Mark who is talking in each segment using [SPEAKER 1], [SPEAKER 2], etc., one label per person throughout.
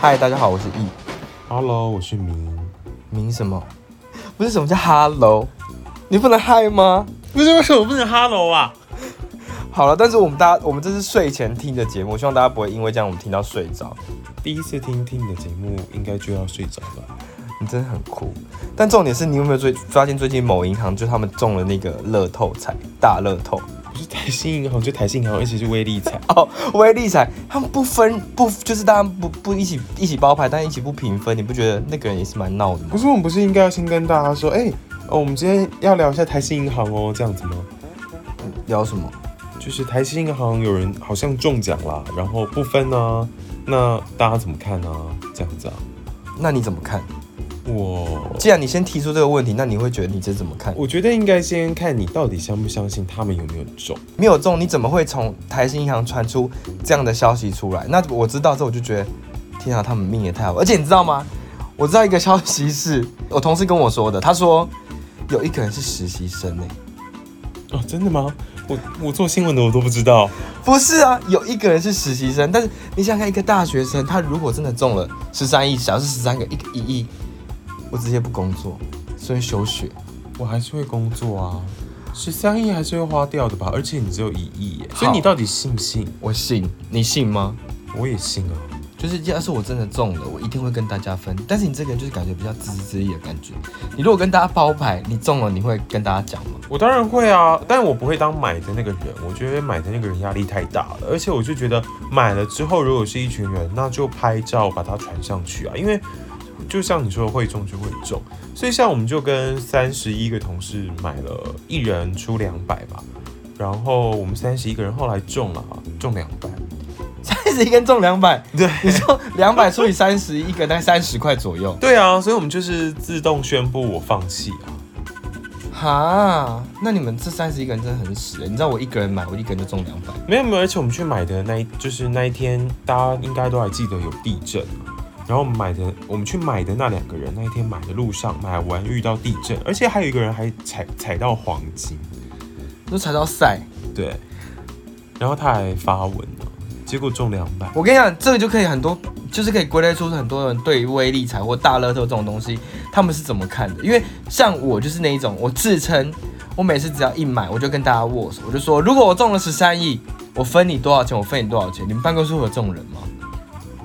[SPEAKER 1] 嗨，大家好，我是 E 易
[SPEAKER 2] Hello，我是明。
[SPEAKER 1] 明什么？不是什么叫 hello？你不能嗨吗？
[SPEAKER 2] 不是为什么不能 Hello 啊？
[SPEAKER 1] 好了，但是我们大家，我们这是睡前听的节目，希望大家不会因为这样我们听到睡着。
[SPEAKER 2] 第一次听听你的节目，应该就要睡着了。
[SPEAKER 1] 你真的很酷。但重点是你有没有最发现最近某银行就他们中了那个乐透彩大乐透
[SPEAKER 2] 不是台新银行，就台新银行一起去威力彩。
[SPEAKER 1] 哦，威力彩，他们不分不就是大家不不一起一起包牌，但一起不平分，你不觉得那个人也是蛮闹的吗？
[SPEAKER 2] 不是，我们不是应该要先跟大家说，哎、哦，我们今天要聊一下台新银行哦，这样子吗？
[SPEAKER 1] 聊什么？
[SPEAKER 2] 就是台新银行有人好像中奖啦，然后不分啊，那大家怎么看啊？这样子啊？
[SPEAKER 1] 那你怎么看？
[SPEAKER 2] 我
[SPEAKER 1] 既然你先提出这个问题，那你会觉得你这怎么看？
[SPEAKER 2] 我觉得应该先看你到底相不相信他们有没有中。
[SPEAKER 1] 没有中，你怎么会从台新银行传出这样的消息出来？那我知道之后，我就觉得，天啊，他们命也太好。而且你知道吗？我知道一个消息是我同事跟我说的，他说有一个人是实习生欸诶、
[SPEAKER 2] 哦，真的吗？我我做新闻的我都不知道。
[SPEAKER 1] 不是啊，有一个人是实习生，但是你想想看，一个大学生，他如果真的中了十三亿，假设十三个一个一亿，我直接不工作，顺便休学。
[SPEAKER 2] 我还是会工作啊，十三亿还是会花掉的吧？而且你只有一亿耶，
[SPEAKER 1] 好
[SPEAKER 2] 所以你到底信不信？
[SPEAKER 1] 我信，你信吗？
[SPEAKER 2] 我也信啊。
[SPEAKER 1] 就是要是我真的中了，我一定会跟大家分。但是你这个人就是感觉比较自私自利的感觉。你如果跟大家包牌，你中了，你会跟大家讲 吗？
[SPEAKER 2] 我当然会啊，但我不会当买的那个人，我觉得买的那个人压力太大了，而且我就觉得买了之后，如果是一群人，那就拍照把它传上去啊，因为就像你说的会中就会中，所以像我们就跟三十一个同事买了，一人出两百吧，然后我们三十一个人后来中了啊，中两百，
[SPEAKER 1] 三十一根中两百，
[SPEAKER 2] 对，
[SPEAKER 1] 你说两百除以三十，一个大概三十块左右。
[SPEAKER 2] 对啊，所以我们就是自动宣布我放弃啊。
[SPEAKER 1] 哈，那你们这三十一个人真的很屎、欸。你知道我一个人买，我一个人就中两百。
[SPEAKER 2] 没有没有，而且我们去买的那一，就是那一天，大家应该都还记得有地震。然后我们买的，我们去买的那两个人，那一天买的路上买完遇到地震，而且还有一个人还踩踩到黄金，
[SPEAKER 1] 就踩到赛。
[SPEAKER 2] 对。然后他还发文了，结果中两百。
[SPEAKER 1] 我跟你讲，这个就可以很多，就是可以归类出很多人对于威力彩或大乐透这种东西，他们是怎么看的？因为像我就是那一种，我自称我每次只要一买，我就跟大家握手，我就说，如果我中了十三亿，我分你多少钱，我分你多少钱。你们办公室会有这种人吗？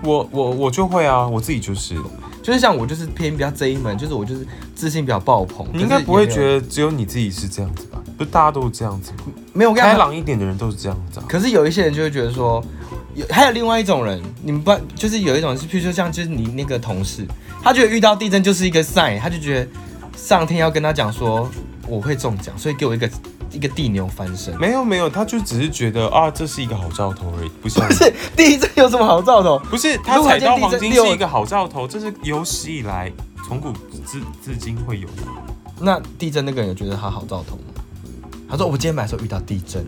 [SPEAKER 2] 我我我就会啊，我自己就是。
[SPEAKER 1] 就是像我，就是偏比较这一门，就是我就是自信比较爆棚。
[SPEAKER 2] 你应该不会觉
[SPEAKER 1] 得
[SPEAKER 2] 得只有你自己是这样子吧？不是大家都是这样子吗？
[SPEAKER 1] 没有？我跟你
[SPEAKER 2] 开
[SPEAKER 1] 讲，
[SPEAKER 2] 朗一点的人都是这样子啊。
[SPEAKER 1] 可是有一些人就会觉得说，有还有另外一种人，你们班就是有一种是，譬如说像就是你那个同事，他觉得遇到地震就是一个 sign，他就觉得上天要跟他讲说我会中奖，所以给我一个一个地牛翻身。
[SPEAKER 2] 没有没有，他就只是觉得啊，这是一个好兆头而已，不像
[SPEAKER 1] 不
[SPEAKER 2] 你
[SPEAKER 1] 是地震有什么好兆头？
[SPEAKER 2] 不是，他
[SPEAKER 1] 如果
[SPEAKER 2] 踩到
[SPEAKER 1] 今天
[SPEAKER 2] 黄
[SPEAKER 1] 地震
[SPEAKER 2] 金
[SPEAKER 1] 六
[SPEAKER 2] 是一个好兆头，这是有史以来从古至至今会有的。
[SPEAKER 1] 那地震那个人有觉得他好兆头吗？他说我今天买的时候遇到地震，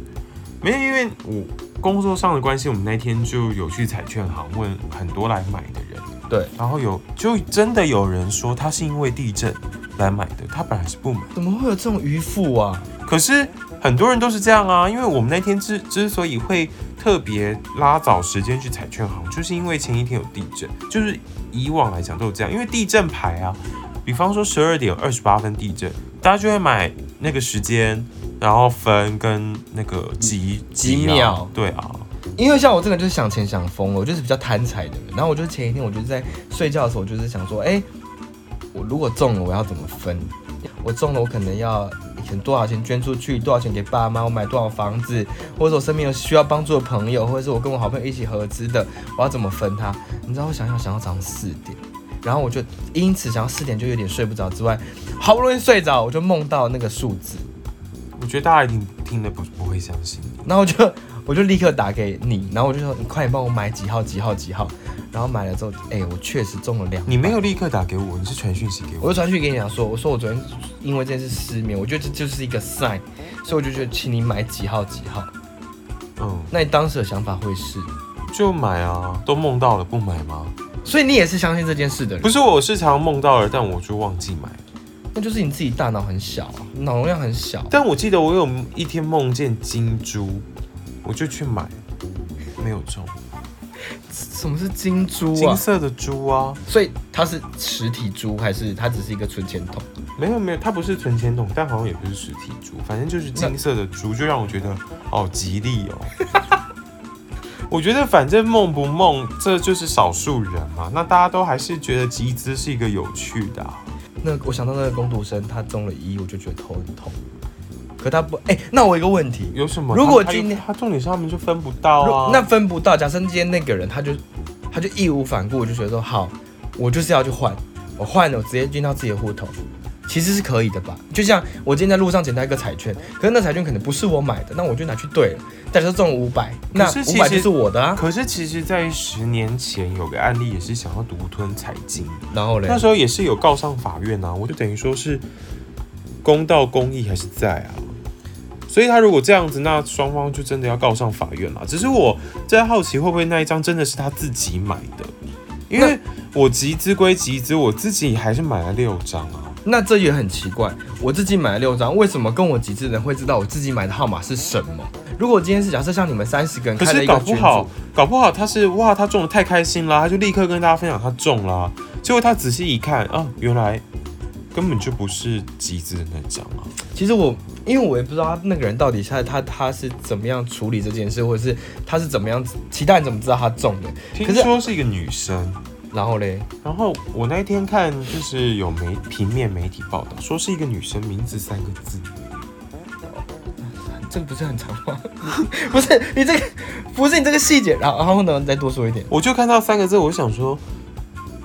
[SPEAKER 2] 没有，因为我工作上的关系，我们那天就有去彩券行问很多来买的人，
[SPEAKER 1] 对，
[SPEAKER 2] 然后有就真的有人说他是因为地震来买的，他本来是不买，
[SPEAKER 1] 怎么会有这种渔夫啊？
[SPEAKER 2] 可是很多人都是这样啊，因为我们那天之之所以会特别拉早时间去彩券行，就是因为前一天有地震，就是以往来讲都有这样，因为地震牌啊，比方说十二点二十八分地震，大家就会买那个时间，然后分跟那个几
[SPEAKER 1] 嗯几
[SPEAKER 2] 啊
[SPEAKER 1] 秒
[SPEAKER 2] 对啊，
[SPEAKER 1] 因为像我这个人就是想钱想疯了，我就是比较贪财的人。然后我就是前一天，我就是在睡觉的时候，我就是想说，哎、我如果中了，我要怎么分？我中了，我可能要可能多少钱捐出去，多少钱给爸妈，我买多少房子，或者我身边有需要帮助的朋友，或者是我跟我好朋友一起合资的，我要怎么分它？你知道我想想想要早上四点，然后我就因此想要四点就有点睡不着，之外，好不容易睡着，我就梦到那个数字，
[SPEAKER 2] 我觉得大家一定听了不不会相信你，
[SPEAKER 1] 然后我就我就立刻打给你，然后我就说你快点帮我买几号几号几号，然后买了之后，哎、我确实中了两，
[SPEAKER 2] 你没有立刻打给我，你是传讯息给
[SPEAKER 1] 我
[SPEAKER 2] 我
[SPEAKER 1] 就，传讯给你讲啊说，我说我昨天因为这件事失眠，我觉得这就是一个 sign，所以我就觉得请你买几号几号。
[SPEAKER 2] 嗯，
[SPEAKER 1] 那你当时的想法会是，
[SPEAKER 2] 就买啊，都梦到了不买吗？
[SPEAKER 1] 所以你也是相信这件事的人，
[SPEAKER 2] 不是，我是常梦到了，但我就忘记买了。
[SPEAKER 1] 那就是你自己大脑很小、啊，脑容量很小。啊
[SPEAKER 2] 但我记得我有一天梦见金珠，我就去买，没有中。
[SPEAKER 1] 什么是金猪
[SPEAKER 2] 金
[SPEAKER 1] 啊？
[SPEAKER 2] 色的猪啊，
[SPEAKER 1] 所以它是实体猪，还是它只是一个存钱筒？
[SPEAKER 2] 没有没有，它不是存钱筒，但好像也不是实体猪，反正就是金色的猪，就让我觉得好吉利哦。 我觉得反正梦不梦，这就是少数人嘛。那大家都还是觉得集资是一个有趣的啊、
[SPEAKER 1] 那我想到那个工读生，他中了一，我就觉得头很痛。可他不，哎、那我有一个问题，
[SPEAKER 2] 有什么？
[SPEAKER 1] 如果
[SPEAKER 2] 他
[SPEAKER 1] 今天
[SPEAKER 2] 他重点是他们就分不到
[SPEAKER 1] 如
[SPEAKER 2] 啊。
[SPEAKER 1] 那分不到，假设今天那个人他就他就义无反顾，我就觉得说好，我就是要去换，我换了我直接进到自己的户头，其实是可以的吧？就像我今天在路上捡到一个彩券，可是那彩券可能不是我买的，那我就拿去兑了，但是中五百，那
[SPEAKER 2] 可是其
[SPEAKER 1] 五
[SPEAKER 2] 实
[SPEAKER 1] 百就是我的啊。
[SPEAKER 2] 可是其实，在十年前有个案例也是想要独吞彩金，
[SPEAKER 1] 然后嘞
[SPEAKER 2] 那，时候也是有告上法院啊，我就等于说是公道公义还是在啊。所以他如果这样子，那双方就真的要告上法院了。只是我在好奇，会不会那一张真的是他自己买的？因为我集资归集资，我自己还是买了六张啊。
[SPEAKER 1] 那这也很奇怪，我自己买了六张，为什么跟我集资的人会知道我自己买的号码是什么？如果今天是假设像你们三十个人
[SPEAKER 2] 可
[SPEAKER 1] 开了
[SPEAKER 2] 是
[SPEAKER 1] 一个
[SPEAKER 2] 搞不
[SPEAKER 1] 群
[SPEAKER 2] 好
[SPEAKER 1] 组，，
[SPEAKER 2] 搞不好他是哇，他中的太开心啦，他就立刻跟大家分享他中啦、结果他仔细一看啊，原来根本就不是集资的那张啊。
[SPEAKER 1] 其实我因为我也不知道他那个人到底他他他是怎么样处理这件事，或者是他是怎么样，其他人怎么知道他中的？
[SPEAKER 2] 听
[SPEAKER 1] 可是
[SPEAKER 2] 说是一个女生，
[SPEAKER 1] 然后嘞，
[SPEAKER 2] 然后我那一天看就是有媒平面媒体报道说是一个女生名字三个字，
[SPEAKER 1] 这个不是很长吗？ 不是你这个不是你这个细节，然后然后呢，你再多说一点。
[SPEAKER 2] 我就看到三个字，我想说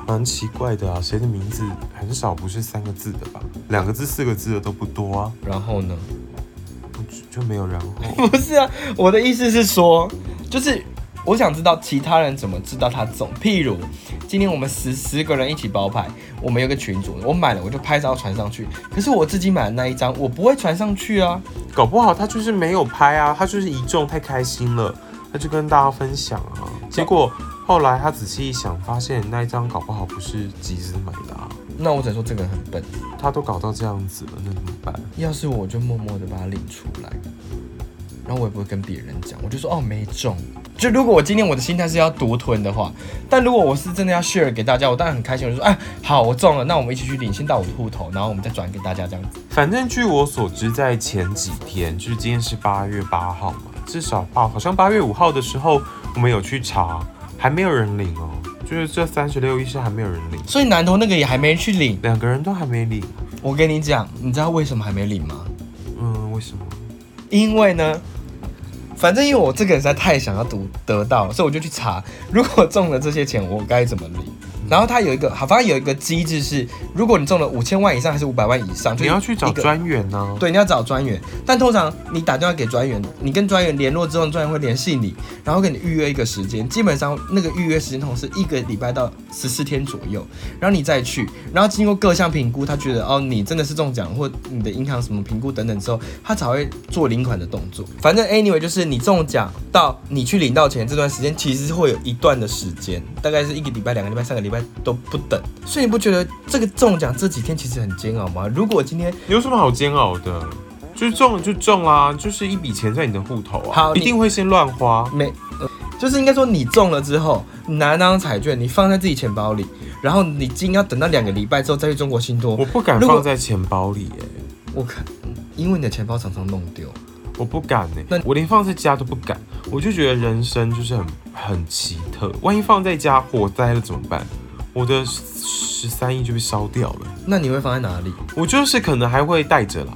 [SPEAKER 2] 蛮奇怪的啊，谁的名字很少不是三个字的吧？两个字、四个字的都不多啊，
[SPEAKER 1] 然后呢？
[SPEAKER 2] 就就没有然后。
[SPEAKER 1] 不是啊，我的意思是说，就是我想知道其他人怎么知道他中。譬如今天我们十十个人一起包牌，我们有个群组，我买了我就拍照传上去，可是我自己买的那一张我不会传上去啊。
[SPEAKER 2] 搞不好他就是没有拍啊，他就是一中太开心了，他就跟大家分享啊。结果后来他仔细一想，发现那一张搞不好不是集资买的啊，
[SPEAKER 1] 那我只能说这个人很笨。
[SPEAKER 2] 他都搞到这样子了，那怎么办？
[SPEAKER 1] 要是我就默默的把它领出来，然后我也不会跟别人讲，我就说哦没中。就如果我今天我的心态是要独吞的话，但如果我是真的要 share 给大家，我当然很开心，我就说哎好我中了，那我们一起去领，先到我的户头，然后我们再转给大家这样子。
[SPEAKER 2] 反正据我所知，在前几天，就是今天是八月八号嘛，至少八好像八月五号的时候，我们有去查，还没有人领哦，就是这三十六亿是还没有人领，
[SPEAKER 1] 所以南投那个也还没人去领，
[SPEAKER 2] 两个人都还没领，
[SPEAKER 1] 我跟你讲，你知道为什么还没领吗？
[SPEAKER 2] 嗯，为什么？
[SPEAKER 1] 啊因为呢，反正因为我这个人实在太想要读得到，所以我就去查， 如果中了这些钱，我该怎么领。然后它有一个，好，反正有一个机制是，如果你中了五千万以上还是五百万以上，就
[SPEAKER 2] 你要去找
[SPEAKER 1] 一个
[SPEAKER 2] 专员呢、
[SPEAKER 1] 对，你要找专员，但通常你打电话给专员，你跟专员联络之后，专员会联系你，然后跟你预约一个时间，基本上那个预约时间通常是一个礼拜到十四天左右，然后你再去，然后经过各项评估，他觉得哦你真的是中奖，或你的银行什么评估等等之后，他才会做领款的动作。反正 anyway 就是你中奖到你去领到钱这段时间，其实是会有一段的时间，大概是一个礼拜、两个礼拜、三个礼拜都不等，所以你不觉得这个中奖这几天其实很煎熬吗？如果今天
[SPEAKER 2] 有什么好煎熬的？就是中了就中啦，就是一笔钱在你的户头啊，
[SPEAKER 1] 好
[SPEAKER 2] 一
[SPEAKER 1] 你
[SPEAKER 2] 定会先乱花。
[SPEAKER 1] 没，呃就是应该说你中了之后，你拿那张彩券，你放在自己钱包里，然后你竟要等到两个礼拜之后再去中国信托
[SPEAKER 2] 我。不敢
[SPEAKER 1] 如果
[SPEAKER 2] 放在钱包里、耶，
[SPEAKER 1] 我看，因为你的钱包常常弄丢。
[SPEAKER 2] 我不敢呢、
[SPEAKER 1] 那
[SPEAKER 2] 我连放在家都不敢。我就觉得人生就是很很奇特，万一放在家火灾了怎么办？我的十三亿就被烧掉了，
[SPEAKER 1] 那你会放在哪里？
[SPEAKER 2] 我就是可能还会带着啦。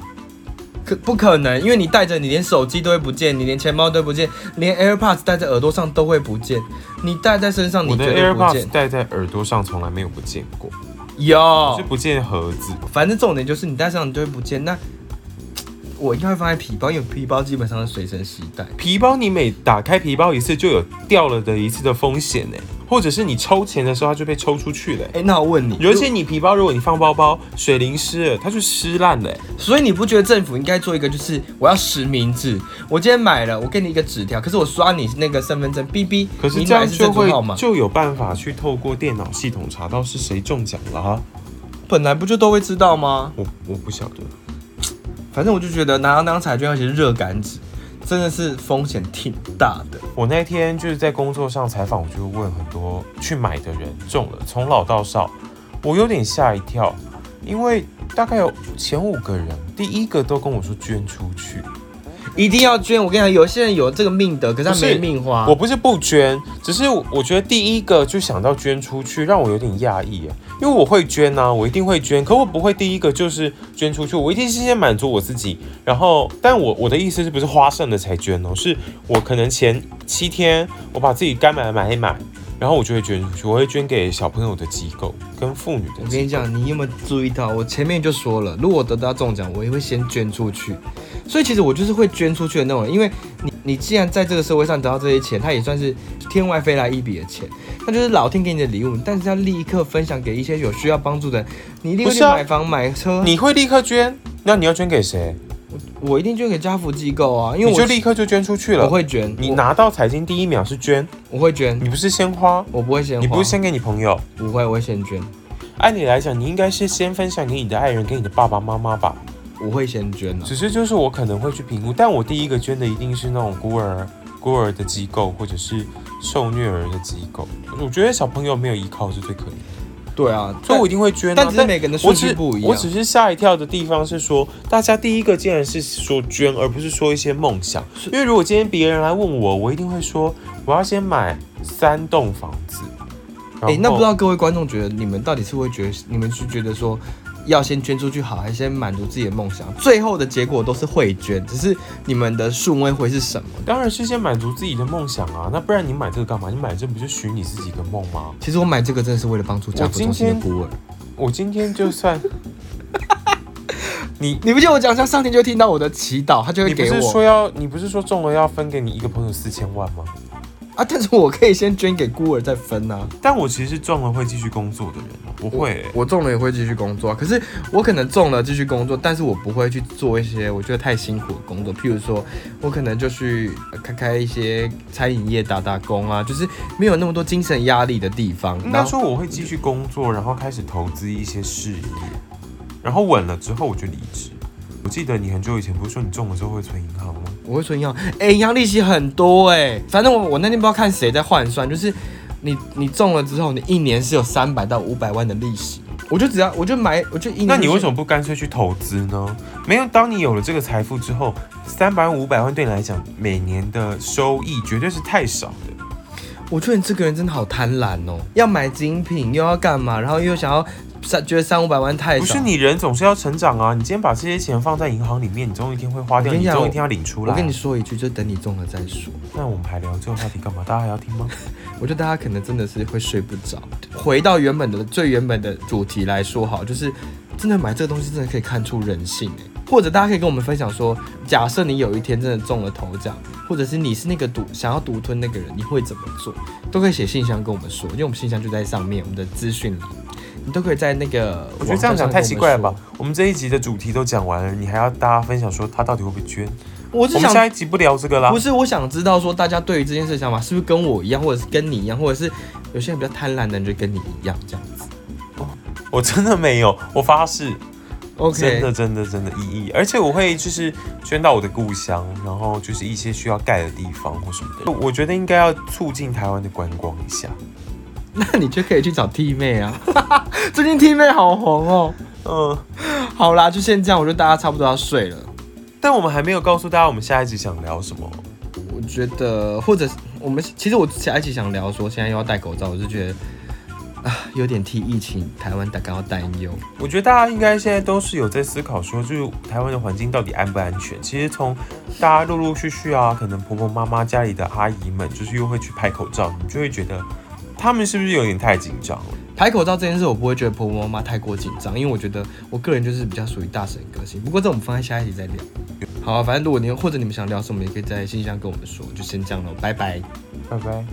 [SPEAKER 1] 可不可能？因为你带着你连手机都会不见，你连钱包都不见，连 AirPods 戴在耳朵上都会不见，你带在身上
[SPEAKER 2] 我
[SPEAKER 1] 你
[SPEAKER 2] 的
[SPEAKER 1] 绝对不
[SPEAKER 2] AirPods
[SPEAKER 1] 见。
[SPEAKER 2] 戴在耳朵上从来没有不见过，我
[SPEAKER 1] 有
[SPEAKER 2] 是，不见盒子。
[SPEAKER 1] 反正重点就是你戴上你就会不见。那我应该会放在皮包，因为皮包基本上是随身携带。
[SPEAKER 2] 皮包你每打开皮包一次就有掉了的一次的风险呢、或者是你抽钱的时候它就被抽出去了、
[SPEAKER 1] 哎、那我问你，
[SPEAKER 2] 尤其你皮包，如果你放包包，水淋湿了，它就湿烂了、欸。
[SPEAKER 1] 所以你不觉得政府应该做一个，就是我要实名制，我今天买了，我给你一个纸条，可是我刷你那个身份证，B B，
[SPEAKER 2] 可是
[SPEAKER 1] 你
[SPEAKER 2] 这
[SPEAKER 1] 买
[SPEAKER 2] 样
[SPEAKER 1] 的是
[SPEAKER 2] 就
[SPEAKER 1] 这
[SPEAKER 2] 会
[SPEAKER 1] 种号码，
[SPEAKER 2] 就有办法去透过电脑系统查到是谁中奖了啊！
[SPEAKER 1] 本来不就都会知道吗？
[SPEAKER 2] 我我不晓得，
[SPEAKER 1] 反正我就觉得拿到那张彩券要写热感纸，真的是风险挺大的。
[SPEAKER 2] 我那天就是在工作上采访，我就问很多去买的人中了，从老到少，我有点吓一跳，因为大概有前五个人，第一个都跟我说捐出去，
[SPEAKER 1] 一定要捐！我跟你讲，有些人有这个命德，可是他
[SPEAKER 2] 不
[SPEAKER 1] 没
[SPEAKER 2] 是
[SPEAKER 1] 命花。
[SPEAKER 2] 我不是不捐，只是我我觉得第一个就想到捐出去，让我有点讶异耶，因为我会捐呐、我一定会捐，可我不会第一个就是捐出去，我一定是先满足我自己，然后，但我我的意思是不是花剩的才捐哦？是我可能前七天我把自己该买的买一买，然后我就会捐出去，我会捐给小朋友的机构跟妇女的
[SPEAKER 1] 我跟
[SPEAKER 2] 机
[SPEAKER 1] 你讲，你有没有注意到？我前面就说了，如果我得到中奖，我也会先捐出去。所以其实我就是会捐出去的那种人，因为你你既然在这个社会上得到这些钱，它也算是天外飞来一笔的钱，那就是老天给你的礼物。但是要立刻分享给一些有需要帮助的人，你一定会
[SPEAKER 2] 不
[SPEAKER 1] 去
[SPEAKER 2] 是啊
[SPEAKER 1] 买房买车
[SPEAKER 2] 构，，你会立刻捐？那你要捐给谁？
[SPEAKER 1] 我一定捐给家福机构啊，因为
[SPEAKER 2] 你
[SPEAKER 1] 我
[SPEAKER 2] 就立刻就捐出去
[SPEAKER 1] 我
[SPEAKER 2] 了。
[SPEAKER 1] 会捐，
[SPEAKER 2] 你
[SPEAKER 1] 我
[SPEAKER 2] 拿到彩金第一秒是捐，
[SPEAKER 1] 我会捐，
[SPEAKER 2] 你不是先花，
[SPEAKER 1] 我不会先花，
[SPEAKER 2] 你不是先给你朋友。
[SPEAKER 1] 不会，我会先捐，
[SPEAKER 2] 按理来讲，你应该是先分享给你的爱人、给你的爸爸妈妈吧。
[SPEAKER 1] 我会先捐啊。
[SPEAKER 2] 只是就是我可能会去评估，但我第一个捐的一定是那种孤儿、孤儿的机构或者是受虐儿的机构。我觉得小朋友没有依靠是最可怜的，
[SPEAKER 1] 对啊，
[SPEAKER 2] 所以我一定会捐、啊。
[SPEAKER 1] 但只是每个人的数
[SPEAKER 2] 我
[SPEAKER 1] 据
[SPEAKER 2] 只
[SPEAKER 1] 不一样。
[SPEAKER 2] 我只是吓一跳的地方是说，大家第一个竟然是说捐，而不是说一些梦想。因为如果今天别人来问我，我一定会说我要先买三栋房子。
[SPEAKER 1] 哎、
[SPEAKER 2] 然
[SPEAKER 1] 那
[SPEAKER 2] 后
[SPEAKER 1] 不知道各位观众觉得你们到底是会觉得你们是觉得说要先捐出去好，还是先满足自己的梦想？最后的结果都是会捐，只是你们的顺位会是什么？
[SPEAKER 2] 当然是先满足自己的梦想啊，那不然你买这个干嘛？你买这不就许你自己一个梦吗？
[SPEAKER 1] 其实我买这个真的是为了帮助家
[SPEAKER 2] 我
[SPEAKER 1] 福
[SPEAKER 2] 今
[SPEAKER 1] 中心的
[SPEAKER 2] 天
[SPEAKER 1] 孤儿。
[SPEAKER 2] 我今天就 算你。
[SPEAKER 1] 你不记得我讲像上天就听到我的祈祷，他就会
[SPEAKER 2] 你不
[SPEAKER 1] 给
[SPEAKER 2] 是
[SPEAKER 1] 我
[SPEAKER 2] 说要，你不是说中了要分给你一个朋友四千万吗？
[SPEAKER 1] 啊，但是我可以先捐给孤儿再分啊。
[SPEAKER 2] 但我其实是中了会继续工作的人啊，我会欸、
[SPEAKER 1] 我中了也会继续工作啊，可是我可能中了继续工作，但是我不会去做一些我觉得太辛苦的工作，譬如说，我可能就去呃开开一些餐饮业打打工啊，就是没有那么多精神压力的地方。
[SPEAKER 2] 应
[SPEAKER 1] 然
[SPEAKER 2] 该
[SPEAKER 1] 后
[SPEAKER 2] 说我会继续工作，然后开始投资一些事业，然后稳了之后我就离职。我记得你很久以前不是说你中了之后会存银行吗？
[SPEAKER 1] 我会存银行，哎、银行利息很多哎、反正我我那天不知道看谁在换算，就是你你中了之后，你一年是有三百到五百万的利息，我就只要我就买我就一年，
[SPEAKER 2] 那你为什
[SPEAKER 1] 么？
[SPEAKER 2] 么不干脆去投资呢？没有，当你有了这个财富之后，三百五百万对你来讲，每年的收益绝对是太少的。
[SPEAKER 1] 我觉得你这个人真的好贪婪哦，要买精品又要干嘛，然后又想要三觉得三五百万太少，
[SPEAKER 2] 不是你人总是要成长啊！你今天把这些钱放在银行里面，你总有一天会花掉，
[SPEAKER 1] 我跟你
[SPEAKER 2] 你
[SPEAKER 1] 讲
[SPEAKER 2] 总有一天要领出来。
[SPEAKER 1] 我跟你说一句，就等你中了再说。
[SPEAKER 2] 那我们还聊这个话题干嘛？大家还要听吗？
[SPEAKER 1] 我觉得大家可能真的是会睡不着。回到原本的最原本的主题来说，好，就是真的买这个东西真的可以看出人性哎。或者大家可以跟我们分享说，假设你有一天真的中了头奖，或者是你是那个独想要独吞那个人，你会怎么做？都可以写信箱跟我们说，因为我们信箱就在上面，我们的资讯栏，你都可以在那个。
[SPEAKER 2] 我觉得这样讲太奇怪了吧？？我们这一集的主题都讲完了，你还要大家分享说他到底会不会捐？
[SPEAKER 1] 我只
[SPEAKER 2] 我们
[SPEAKER 1] 想
[SPEAKER 2] 下一集不聊这个啦
[SPEAKER 1] 不。是，我想知道说大家对于这件事的想法是不是跟我一样，或者是跟你一样，或者是有些人比较贪婪的人就跟你一样这样子。
[SPEAKER 2] 我真的没有，我发誓，真
[SPEAKER 1] OK，
[SPEAKER 2] 的真的真的意义。而且我会就是捐到我的故乡，然后就是一些需要盖的地方或什么的。我觉得应该要促进台湾的观光一下。
[SPEAKER 1] 那你就可以去找 T 妹啊， 最近 T 妹好红哦。
[SPEAKER 2] 嗯，
[SPEAKER 1] 好啦，就先这样，我觉得大家差不多要睡了。
[SPEAKER 2] 但我们还没有告诉大家我们下一集想聊什么。
[SPEAKER 1] 我觉得，或者是我们其实我下一期想聊说，现在又要戴口罩，我就觉得啊，有点替疫情台湾感到担忧。
[SPEAKER 2] 我觉得大家应该现在都是有在思考说，就是台湾的环境到底安不安全。其实从大家陆陆续续啊，可能婆婆妈妈家里的阿姨们，就是又会去拍口罩，你就会觉得他们是不是有点太紧张了？
[SPEAKER 1] 排口罩这件事，我不会觉得婆婆妈妈太过紧张，因为我觉得我个人就是比较属于大神个性。不过这我们放在下一集再聊。好、啊，反正如果你或者你们想聊什么，也可以在信箱跟我们说。就先这样喽，拜拜。
[SPEAKER 2] 拜拜。